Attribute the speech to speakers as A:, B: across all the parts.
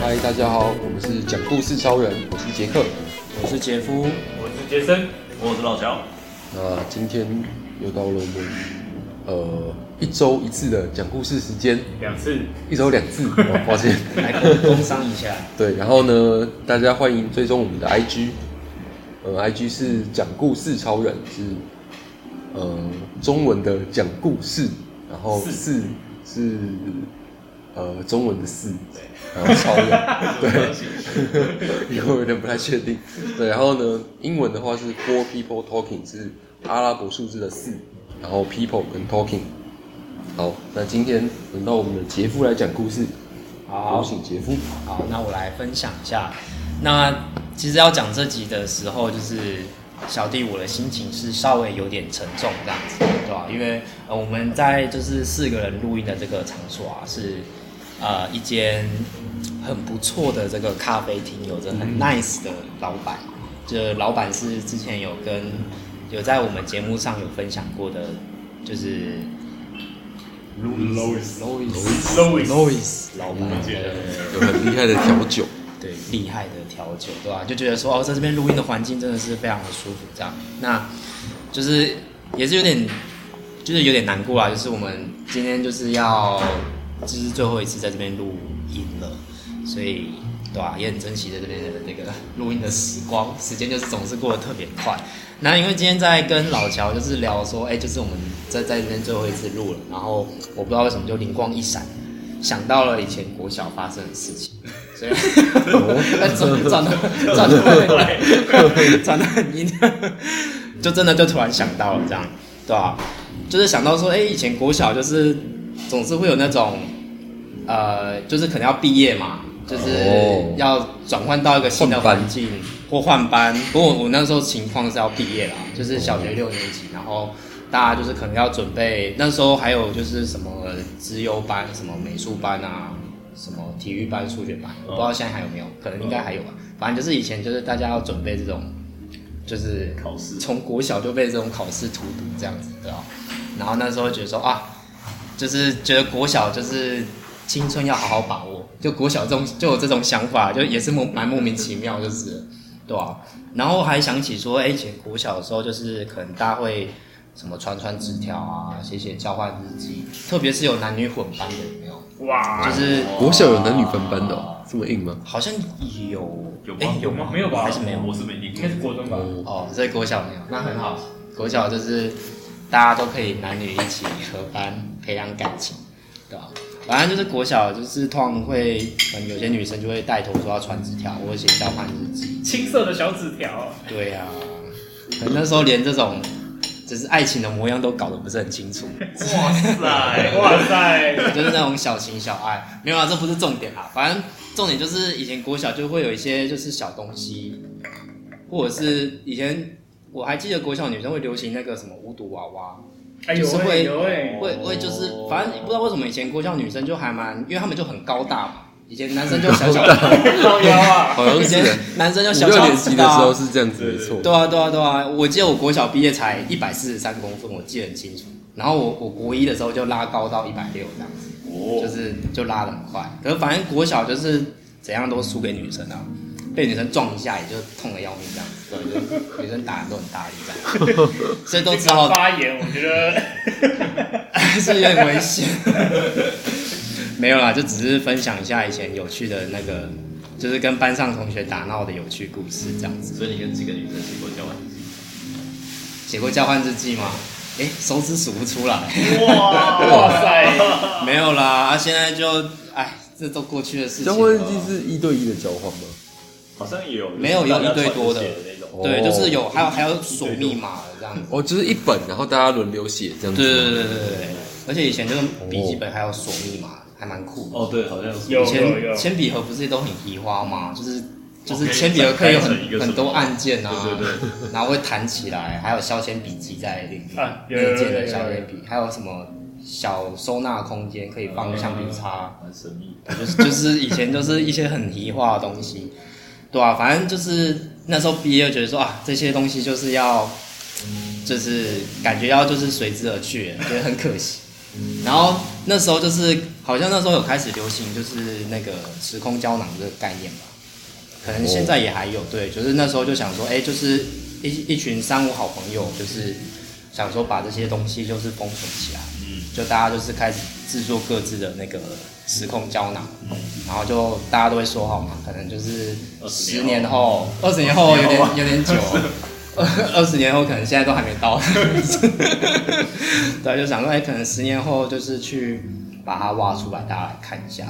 A: 嗨，大家好，我们是讲故事超人，我是杰克。
B: 我是杰夫，
C: 我是杰森，
D: 我是老乔，
A: 那今天又到了我们呃一周一次的讲故事时间，
C: 两次
A: 一周两次，我抱歉。
B: 来工工商一下，
A: 对，然后呢，大家欢迎追踪我们的 IG，呃，IG 是讲故事超人，是呃中文的讲故事，然后四是呃中文的四，然后 超人，对，因为我有点不太确定，对，然后呢，英文的话是 Four People Talking，是阿拉伯数字的四，然后 People 跟 Talking。好，那今天轮到我们的杰夫来讲故事，有
B: 好
A: 请杰夫。
B: 好，那我来分享一下。那其实要讲这集的时候，就是小弟我的心情是稍微有点沉重这样子，对吧、因为呃我们在就是四个人录音的这个场所啊，是呃一间很不错的这个咖啡厅，有着很 nice 的老板，这老板是之前有跟有在我们节目上有分享过的，就是。Louis Louis
C: Louis
B: Louis 老板，对对对
A: 有很厉害的调酒。
B: 对厉害的调酒，对吧、就觉得说哦，在这边录音的环境真的是非常的舒服，这样，那就是也是有点，就是有点难过啦，啊就是我们今天就是要，就是最后一次在这边录音了，所以对吧、也很珍惜在这边的那个录音的时光，时间就是总是过得特别快。那因为今天在跟老乔就是聊说，哎、就是我们在在这边最后一次录了，然后我不知道为什么就灵光一闪，想到了以前国小发生的事情，所以转转的转的转的很阴，就真的就突然想到了这样，对吧、就是想到说，哎、以前国小就是总是会有那种，呃，就是可能要毕业嘛，就是
A: 哦
B: 要转换到一个新的
A: 换班
B: 环境或换班。不过我那时候情况是要毕业啦，就是小学六年级，然后大家就是可能要准备，那时候还有就是什么资优班、什么美术班啊、什么体育班、数学班，我不知道现在还有没有，可能应该还有吧。反正就是以前就是大家要准备这种，就是
D: 考试
B: 从国小就被这种考试荼毒这样子，对吧？然后那时候觉得说啊，就是觉得国小就是青春要好好把握，就国小这种就有这种想法，就也是莫蛮莫名其妙，就是了对吧、然后还想起说，哎、以前国小的时候就是可能大家会什么传传纸条啊，写写交换日记，特别是有男女混班的有没有？
C: 哇，
B: 就是
A: 国小有男女分班的、哦，这么硬吗？
B: 好像有
D: 有吗
B: 哎、有
C: 吗？没有吧？
B: 还是没有
D: 我是没听
C: 应
D: 过
C: 该是国中吧？
B: 哦，所以国小没有，那很好。国小就是大家都可以男女一起合班培养感情，对吧？反正就是国小就是通常会，可能有些女生就会带头说要传纸条或者写交换日记，
C: 青色的小纸条，
B: 对呀、可能那时候连这种就是爱情的模样都搞得不是很清楚，
D: 哇塞，哇，
C: 哇塞，
B: 就是那种小情小爱。没有啊，这不是重点啦，反正重点就是以前国小就会有一些就是小东西，或者是以前我还记得国小女生会流行那个什么无毒娃娃，
C: 哎有
B: 就是
C: 哎
B: 会
C: 有哎，
B: 会会就是
A: 哦
B: 反正不知道为什么以前国小女生就还蛮，因为他们就很高大嘛，以前男生就小小的，
C: 高腰 啊，
A: 好像
B: 以
A: 是
B: 前
A: 欸
B: 男生就
A: 五
B: 小
A: 六
B: 小
A: 年级的
B: 啊
A: 时候是这样子，没错。
B: 对啊，对啊，对啊！我记得我国小毕业才一百四十三公分，我记得很清楚。然后我我国一的时候就拉高到一百六这样子，就
D: 哦，
B: 是就拉得很快。可是反正国小就是怎样都输给女生啊，被女生撞一下也就痛得要命这样子，对，就是女生打人都很大力这 样，所以都知道
C: 这个发言，我觉得
B: 是有点危险。没有啦，就只是分享一下以前有趣的那个，就是跟班上同学打闹的有趣故事这样子。
D: 所以你跟几个女生写过交换日记？
B: 写过交换日记吗？哎，手指数不出来。
C: 哇哇塞，
B: 没有啦，啊，现在就哎，这都过去的事情了。
A: 交换日记是一对一的交换吗？
D: 好像也有，
B: 没有有一对多的
D: 大家传着写那种，
B: 对，
A: 哦
B: 就是有还有还有锁密码的这样子。
A: 哦，就是一本，然后大家轮流写这样子。
B: 对对对对对对，而且以前这个笔记本还有锁密码，还蛮酷的。
D: 哦，对，好像是
C: 有
B: 以
C: 有有
B: 前，铅笔盒不是都很移花吗？就是就
D: 哦
B: 是
D: 可以
B: 铅笔盒可以有
D: 展开成一
B: 很
D: 个什么
B: 很多按键啊，
D: 对对
B: 然后会弹起来，还有削铅笔机在里面
C: 啊，有有有
B: 内建的
C: 有有
B: 削铅笔，还有什么小收纳空间可以放橡皮擦。
D: 蛮神秘的，
B: 就是就是以前都是一些很移化的东西，对啊，反正就是那时候毕业就觉得说啊，这些东西就是要就是感觉要就是随之而去，觉得很可惜。然后那时候就是好像那时候有开始流行就是那个时空胶囊这个概念吧，可能现在也还有对，就是那时候就想说，哎，就是一一群三五好朋友，就是想说把这些东西就是封存起来，嗯，就大家就是开始制作各自的那个时空胶囊，然后就大家都会说好嘛，可能就是十
D: 20
B: 年
D: 年
B: 后、二十年后有点
D: 20年后啊
B: 有点久。 二十年后可能现在都还没到， 对，就想说，哎、可能十年后就是去把它挖出来，大家来看一下。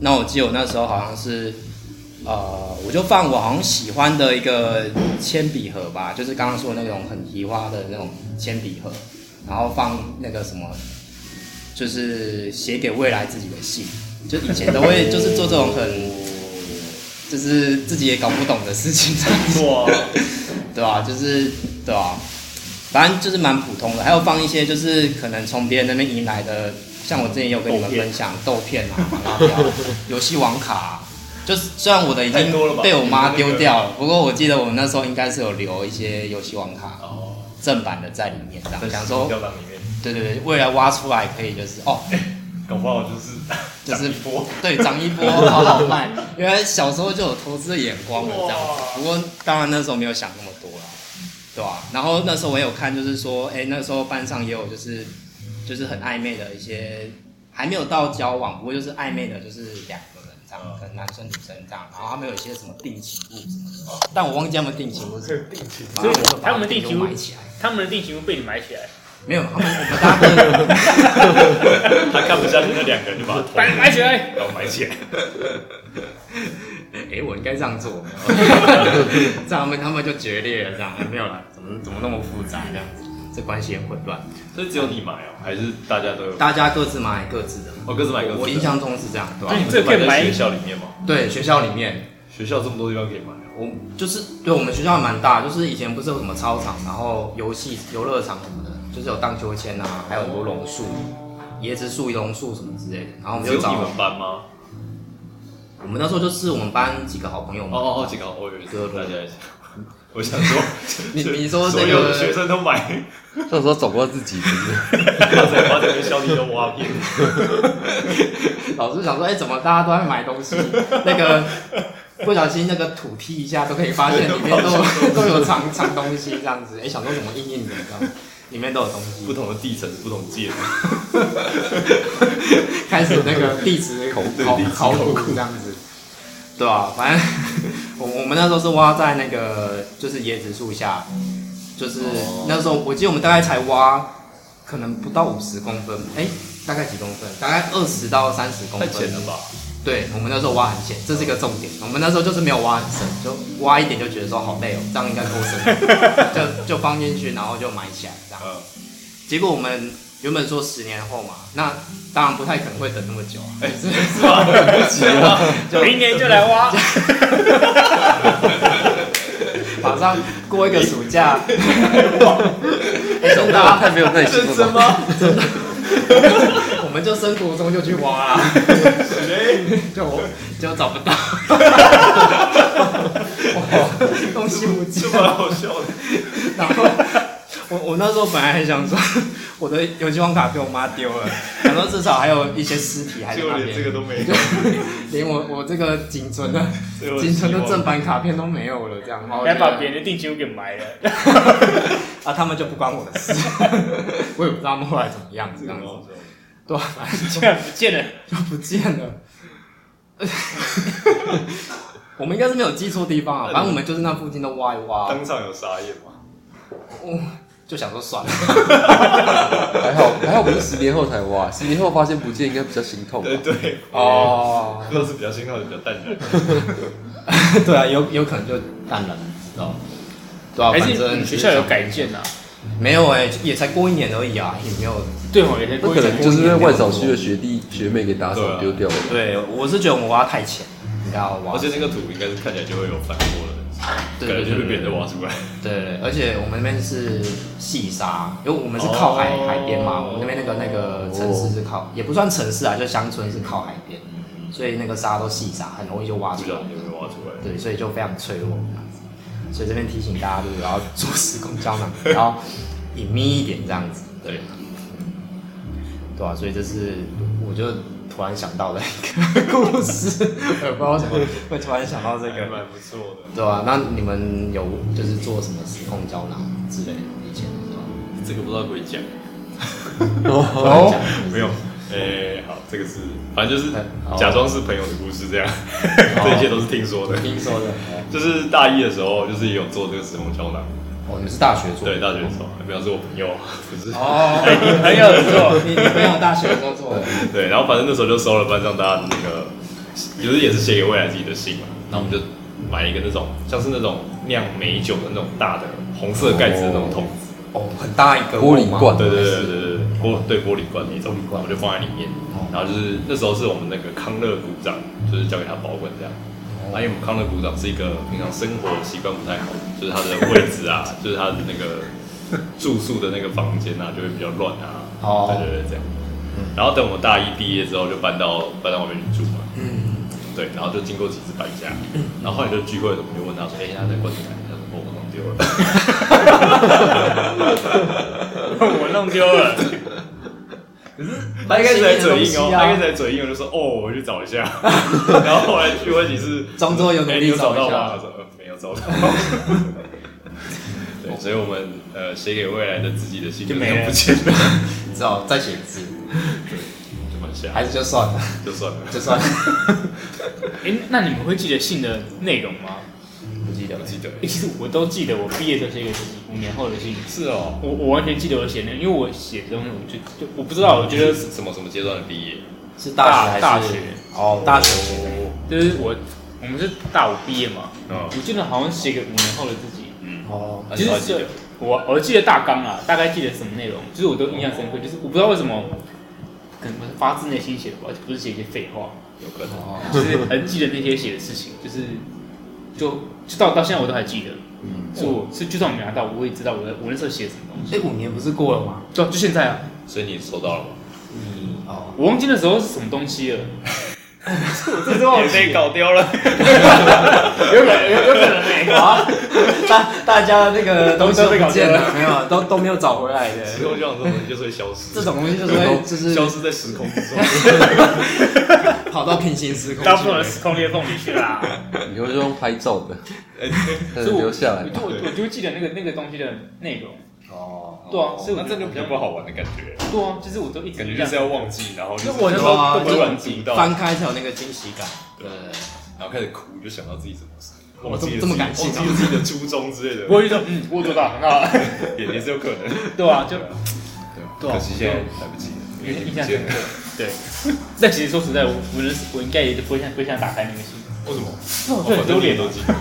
B: 那我记得我那时候好像是，呃，我就放我好像喜欢的一个铅笔盒吧，就是刚刚说的那种很提花的那种铅笔盒，然后放那个什么，就是写给未来自己的信，就以前都会就是做这种很，就是自己也搞不懂的事情。
C: 哇，
B: 对啊，就是对啊，反正就是蛮普通的。还有放一些就是可能从别人那边赢来的，像我之前有跟你们分享豆片啊、麻辣条、游戏网卡啊、就是虽然我的已经
C: 太多了吧
B: 被我妈丢掉了，不过我记得我们那时候应该是有留一些游戏网卡
D: 哦，
B: 正版的在里面，这样想说，
D: 胶囊里面，
B: 对对对，未来挖出来可以就是哦，
D: 搞不好就是
B: 就是
D: 涨一波，
B: 对，涨一 波，好好卖。原来小时候就有投资的眼光了，这样子
C: 哇。
B: 不过当然那时候没有想那么多啦，对吧、然后那时候我也有看，就是说，哎、那时候班上也有就是就是很暧昧的一些，还没有到交往，不过就是暧昧的，就是两个人这样，可能男生女生这样。然后他们有一些什么定情物什么的，但我忘记他们定情物是什么。定情
C: 所以他们的
B: 定情
C: 定情
B: 物
C: 物
B: 买 起来，
C: 他们的定情物被你埋起来，
B: 没有，他们我们大家都是
D: 他看不下去那两个人就把他
C: 埋埋起来，
D: 然后埋起来，
B: 哎、我应该这样做， 这样他们他们就决裂了，这样没有了，怎么怎么那么复杂这样子，这关系很混乱。
D: 所以只有你买哦，还是大家都有？
B: 大家各自买各自的，
D: 哦，各自买各自的。
B: 我印象中是这样，对吧、
C: 对
D: 你们是
C: 这可以
D: 买
C: 买
D: 在学校里面吗？
B: 对，学校里面，
D: 学校这么多地方可以买哦，
B: 我就是对我们学校还蛮大，就是以前不是有什么操场，然后游戏游乐场什么的，就是有荡秋千啊，还有很多榕树、椰子树、榕树什么之类的。然后我啊们
D: 只有
B: 就
D: 你
B: 找
D: 们班吗？
B: 我们那时候就是我们班几个好朋友嘛，
D: 哦哦，几个我以为
B: 哥
D: 是
B: 们
D: 大家一起。我想说，
B: 你
D: 是
B: 你说
D: 所
B: 那
D: 有
B: 个
D: 的学生都买，
A: 那时候找不到自己，是不是？
D: 把整把整个校地都挖遍，
B: 老师想说，哎、怎么大家都在买东西？那个不小心那个土踢一下，都可以发现里面都有都有藏藏东西这样子。哎、想说怎么硬硬的这样，里面都有东西。
D: 不同的地层，不同界，
B: 开始那个地 质考
D: 对
B: 考
D: 地质
B: 考
D: 考
B: 古这样子，对啊，反正我我们那时候是挖在那个就是椰子树下，就是
D: 哦
B: 那时候我记得我们大概才挖，可能不到五十公分，哎、大概几公分？大概二十到三十公
D: 太
B: 分。
D: 浅了吧？
B: 对我们那时候挖很浅，这是一个重点。我们那时候就是没有挖很深，就挖一点就觉得说好累哦，这样应该够深了，就就放进去，然后就埋起来这样。
D: 嗯，
B: 结果我们原本说十年后嘛，那当然不太可能会等那么久啊。
D: 哎，是吧？不急了，
C: 明年就来挖，
B: 马上过一个暑假，哎
A: 小大太没有耐心了吧？
D: 吗？
B: 我们就生活中就去挖啦，就就找不到， 哇东西不
D: 这
B: 见
D: 么好笑的，
B: 然后我 我那时候本来还想说，我的游戏网卡被我妈丢了，想说至少还有一些尸体 还在
D: 结果
B: 那
D: 连这
B: 边，
D: 个都没有。
B: 连我我这个仅存的
D: 最后
B: 仅存
D: 希
B: 的
D: 望
B: 正版卡片都没有了，这样，然后我
C: 来
B: 觉
C: 哎把
B: 得
C: 别人的定情物给埋了，
B: 啊，他们就不关我的 事，我也不知道他们后来怎么样，这样
D: 嗯
B: 子，对吧、反正就
C: 这样不见了，
B: 就不见了。 我们应该是没有记错地方啊，反正我们就是那附近都挖一挖，
D: 当场有傻眼吗？
B: 就想说算了。
A: 还好还好不是十年后才挖，十年后发现不见应该比较心痛吧
D: 对？对，
B: 哦，
D: 都是比较心痛，比较淡然。
B: 对啊，有有可能就淡了，知道吗？对啊，
C: 还
B: 反
C: 是
B: 正
C: 你学校有改建啊？
B: 没有哎、也才过一年而已啊，也没有。
C: 对哦，也才
A: 那
C: 过一
A: 可
C: 年
A: 能就是被万少区的学弟学妹给打扫丢掉了。
B: 对，我是觉得我们挖太浅，你知道挖
D: 而。且那个土应该是看起来就会有翻过的，
B: 对
D: 感
B: 对
D: 觉就
B: 对
D: 被别人挖出来。
B: 对对，而且我们那边是细沙，因为我们是靠海、
D: 哦
B: 海边嘛，我们那边那个那个城市是
C: 哦
B: 靠，也不算城市啊，就乡村是靠海边，所以那个沙都细沙，很容易就挖
D: 不
B: 出
D: 知
B: 来
D: 道。你有没有挖出来？
B: 对，所以就非常脆弱这样子。所以这边提醒大家，就是要做时空胶囊，然后隐秘一点这样子，
D: 对，
B: 对啊，所以这是我就突然想到的一个 故事，我不知道为什么会突然想到这
D: 还
B: 个，
D: 蛮不错的。
B: 对啊，那你们有就是做什么时空胶囊之类的以前的时候？
D: 这个不知道鬼讲，
B: 哦，
D: 没有。哎，好，这个是，反正就是
B: 哎好哦
D: 假装是朋友的故事，这样， 这一切都是听说的。
B: 听说的，哦
D: 就是大一的时候，就是也有做这个时空胶囊，
B: 哦，你们是大学做的？
D: 对，大学的时候，不要是我朋友，啊不是，
B: 哦，
C: 很有人做，
B: 你你朋友大学的时候做的？
D: 对，然后反正那时候就收了班上大家的那个，就是也是写给未来自己的信嘛，然后我们就买一个那种像是那种酿美酒的那种大的红色盖子的那种桶子，
B: 哦，很大一个
A: 玻璃罐
D: 对对对对对对，玻对玻璃罐那种，
B: 璃
D: 然
B: 罐
D: 后就放在里面
B: 哦，
D: 然后就是那时候是我们那个康乐股长，就是交给他保管这样。
B: 哦
D: 啊，因为我们康乐股长是一个平常生活习惯不太好，就是他的位置 啊，就是他的那个住宿的那个房间啊，就会比较乱啊。
B: 哦嗯
D: 对对对，这样。然后等我们大一毕业之后，就搬到搬到外面去住嘛。
B: 嗯，
D: 对，然后就经过几次搬家，然后后来就聚会，我们就问他说：“哎、他在关注台？”他说：“哦，我弄丢了。
C: 我弄丢了，”
D: 他一开始还嘴
B: 新
D: 硬哦
B: 的东，西啊
D: 他一开始还嘴硬，我就说：“哦，我去找一下。” 然后后来聚会几次，
B: 装作有努
D: 哎
B: 力
D: 你有
B: 找
D: 找
B: 一
D: 到
B: 下
D: 吗？他。说：“呃，没有 找到。”对，所以我们呃写给未来的自己的信
C: 就没
D: 都
C: 了
D: 不见了，
B: 只好再写一次，
D: 就蛮吓，
B: 还是就算了，
D: 就算了。
B: 就算了，
C: 哎，那你们会记得信的内容吗？
B: 不记得
D: 不
B: 了。
D: 记得
C: 哎，其实我都记得，我毕业的时候写给自己五年后的信，
D: 是哦，
C: 我我完全记得我写的，因为我写的东西，我就就我不知道，我觉得
D: 是什么什么阶段的毕业？
B: 是大学还是
C: 大学？
B: 哦，大学写的。
C: 就是我我们是大五毕业嘛，
D: 嗯
C: 我记得好像写给五年后的自己，
D: 嗯，
B: 哦，
D: 还
C: 其
D: 是
C: 实
D: 还记
C: 是
D: 得
C: 我我记得大纲啊，大概记得什么内容，就是我都印象深刻，就是我不知道为什么，可能我是发自内心写的吧，而且不是写一些废话，
D: 有可能。
B: 哦，
C: 就是很记得那些写的事情，就是就就到到现在我都还记得，
A: 嗯，
C: 是我是就算我没拿到，我也知道我我那时候写什么东西，
B: 哎，五年不是过了吗？
C: 对啊，就现在啊，
D: 所以你收到了吗？
C: 嗯
B: 哦，
C: 我忘记那时候是什么东西了， 我这
D: 也被 搞丢了。
C: 有可能有有可能没
B: 哇， 大大家的那个东西都不见
C: 都
B: 了，没有，都都没有找回来的。
D: 时空胶囊这种东西就是会消失，
B: 这种东西就是会就是
D: 消失在时空之中。
B: 跑到平行时空
C: 大部
B: 去
C: 分
B: 了。
C: 是空裂缝里去啦。
A: 以后就用拍照 的，但
C: 所
A: 是
C: 以我
A: 留下来
C: 我就
A: 吧。
C: 我我就记得那个那个东西的内容。
B: 哦，
C: 对啊，所以我
D: 那 这就比较不好玩的感觉，
C: 对啊，就是我都一直
D: 感觉
C: 这
D: 就
C: 样
D: 是要忘记，然后就是
B: 那我
D: 那
B: 那
D: 时
B: 时候都
D: 候都
B: 不会
D: 不
B: 玩
D: 玩
B: 自
D: 自
B: 己
D: 己
B: 到
D: 到，
C: 啊
B: 翻开才有那个惊喜感。
D: 对然后开始哭，就想到自己怎么死，
B: 我
D: 忘记了
B: 这么
D: 自己
B: 感性啊
D: 忘记了自己的初衷之类的，
C: 我会觉得嗯，我做到很好。
D: 也也是有可能。
C: 对啊，就
D: 对
C: 对
D: 啊，可
C: 啊
D: 惜现在来不及了，因为已
C: 印
D: 经
C: 象
D: 不见
C: 深
D: 了
C: 刻。对，但其实说实在，我我能我应该也不会想不会想打开那个信，
D: 为什么？哦
C: 那我就很丢脸，
D: 都
C: 就
D: 记得。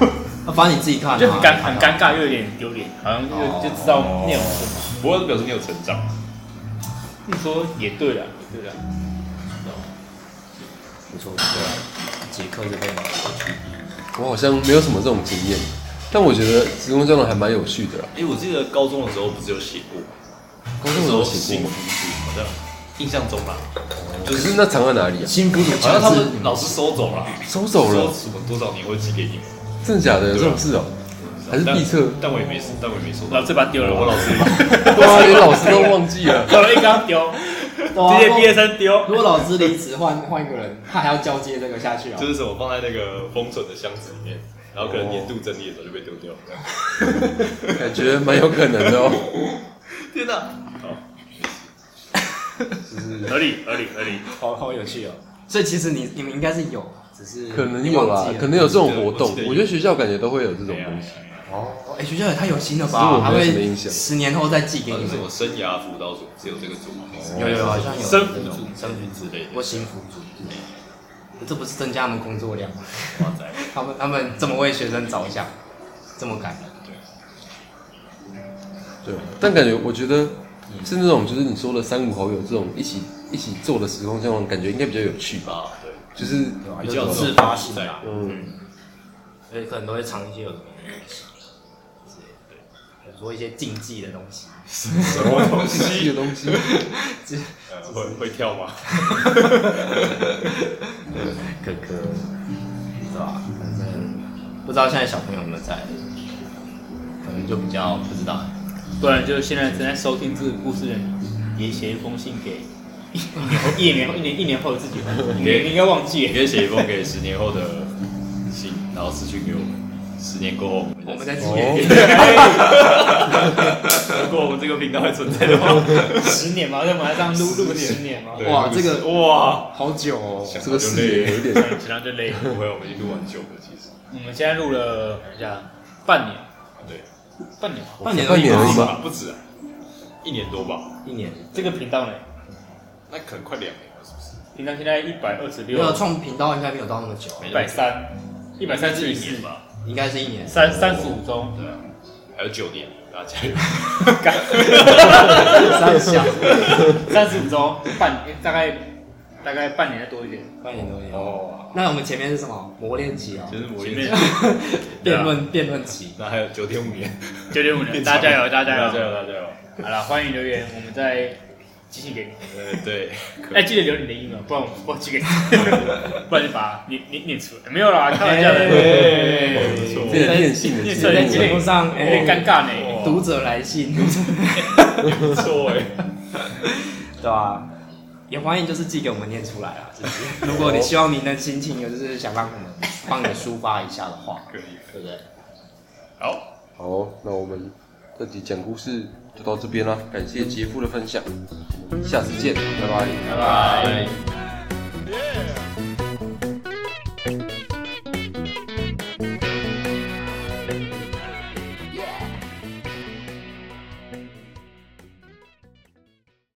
B: 那反正你自己看啊，
C: 很尴很尴尬，又有点丢脸，好像就
B: 哦
C: 就知道内容是什么。
D: 不过表示你有成长，
C: 你说也对了，也对了。啊
B: 不错，不错。啊杰克这边
A: 我好像没有什么这种经验，但我觉得时空胶囊还蛮有趣的啦。
D: 哎，我记得高中的时候不是有写过，
A: 高
D: 那
A: 中
D: 时
A: 有
D: 候
A: 写
D: 幸
A: 过
D: 福
A: 吗？
D: 组好像印象中吧，就
A: 可是那藏在哪里啊？
B: 新辅
D: 好像他们老师收走了，
A: 收走了
D: 说，什么多少年会寄给你们，
A: 真的假的？有这种事哦、还是
D: 但
A: 必测
D: 但我也没，但我也没收到
C: 老。师把它丢了，
D: 我 老师
A: 对 啊，连老师都忘记了。
C: 丢了一缸丢，直接毕业生丢。
B: 如果老师离职换换一个人，他还要交接这个下去啊
D: 就？是什么放在那个封存的箱子里面，然后可能年度整理的时候就被丢掉。这样
A: 感觉蛮有可能的哦、
D: 天哪！好，
C: 合理合理合理，
B: 好好有趣哦。所以其实你你们应该是有，只是
A: 可能有啦，可能有这种活动
D: 我记得。有
A: 我觉得学校感觉都会有这
D: 对
A: 种
D: 呀
A: 东西。
B: 哦。哎，学校也太有心了
A: 只是我
B: 吧？
A: 没
B: 他
A: 有什么
B: 会
A: 印象
B: 十年后再寄给
D: 还
B: 你
D: 有
B: 们
D: 什。么生涯辅导组，只有这个组吗，
B: 有有有，好像有
C: 生辅
B: 这种
C: 组
B: 生辅
D: 之类的。
B: 或新辅组之类的。这不是增加他们工作量吗？
D: 哇塞，
B: 他们他们这么为学生着想，这么感人。
A: 对，啊但感觉我觉得是那种就是你说的三五好友这种一起一起做的时空胶囊，感觉应该比较有趣吧？
D: 啊，对，
A: 就是
B: 吧
D: 比较
B: 有自发性的
D: 在
B: 啊
A: 嗯，
B: 所以可能都会藏一些有什么东西，比如说一些禁忌的东西，
D: 什么东
A: 这
D: 西
A: 个东西
D: 呃 会会跳吗？
B: 哥哥，对吧？反正不知道现在小朋友有没有在，可能就比较不知道。
C: 不然就现在正在收听这个故事的人，也写一封信给 一年后、一年后、一年一年后的自己 吧，你们应该忘记
D: 你
C: 了。
D: 可以写一封给十年后的信，然后私讯给我们。十年过后，
B: 我
D: 我
B: 们
D: 们
B: 再
D: 再
B: 见
D: 见。
A: 哦，
D: 如果我们这个频道还存在的话，
C: 十年嘛，在马来上录录十年嘛，
D: 对
B: 哇这个
D: 哇，
B: 好久哦，
A: 这个视 野有一点，
C: 其他就累了。
D: 不会，我们已经录完久了，其实。啊
C: 我们现在录了，等一下，半年，
D: 对，
C: 半年吧。
B: 半年
A: 半年而
D: 不
A: 已
D: 止
A: 吧，
D: 吧，不止啊，一年多吧，
B: 一年。
C: 这个频道呢，
D: 那可能快两年了，是不是？
C: 频道现在一百二十
B: 没
C: 六，
B: 有创频道应该没有到那么久，
C: 一百三，一百三十四，
D: 吧？
B: 应该是一年。
C: 三三十五周。
D: 对啊，还有九年，大 家加油！ 啊
B: 三下，
C: 三十五周，半大概大概半年再多一点。
B: 半年多一点。
D: 哦，
B: 那我们前面是什么？磨练期哦，
D: 就是我
C: 前
D: 前
C: 面
D: 面，
B: 辩论辩论期。
D: 那还有九点五 年，
C: 九点五年，大家加油，大家
D: 加
C: 加油！
D: 油，大家加油！
C: 好了，欢迎留言，我们再寄信给你。
D: 呃，对，可
C: 哎，
D: 以
C: 记得留你的 email，不然我不 寄给你，不然就把你你念出来。没有啦，开玩笑的。
D: 哎不错
A: 这个念信的
C: 这
A: 节
B: 在
C: 在
A: 目
B: 节
A: 啊，
B: 目上，
C: 有点尴
B: 哎，
C: 尬呢。
B: 读者来 信，
D: 不错哎，
B: 对吧？
D: 啊
B: 也欢迎就是寄给我们念出来啊，就是 如果你希望你的心情，就是想让我们帮你抒发一下的话，
D: 可以，
B: 对不对？
D: 好，
A: 好，那我们这集讲故事就到这边啦，感谢杰夫的分享，下次见，拜拜。
C: 拜拜。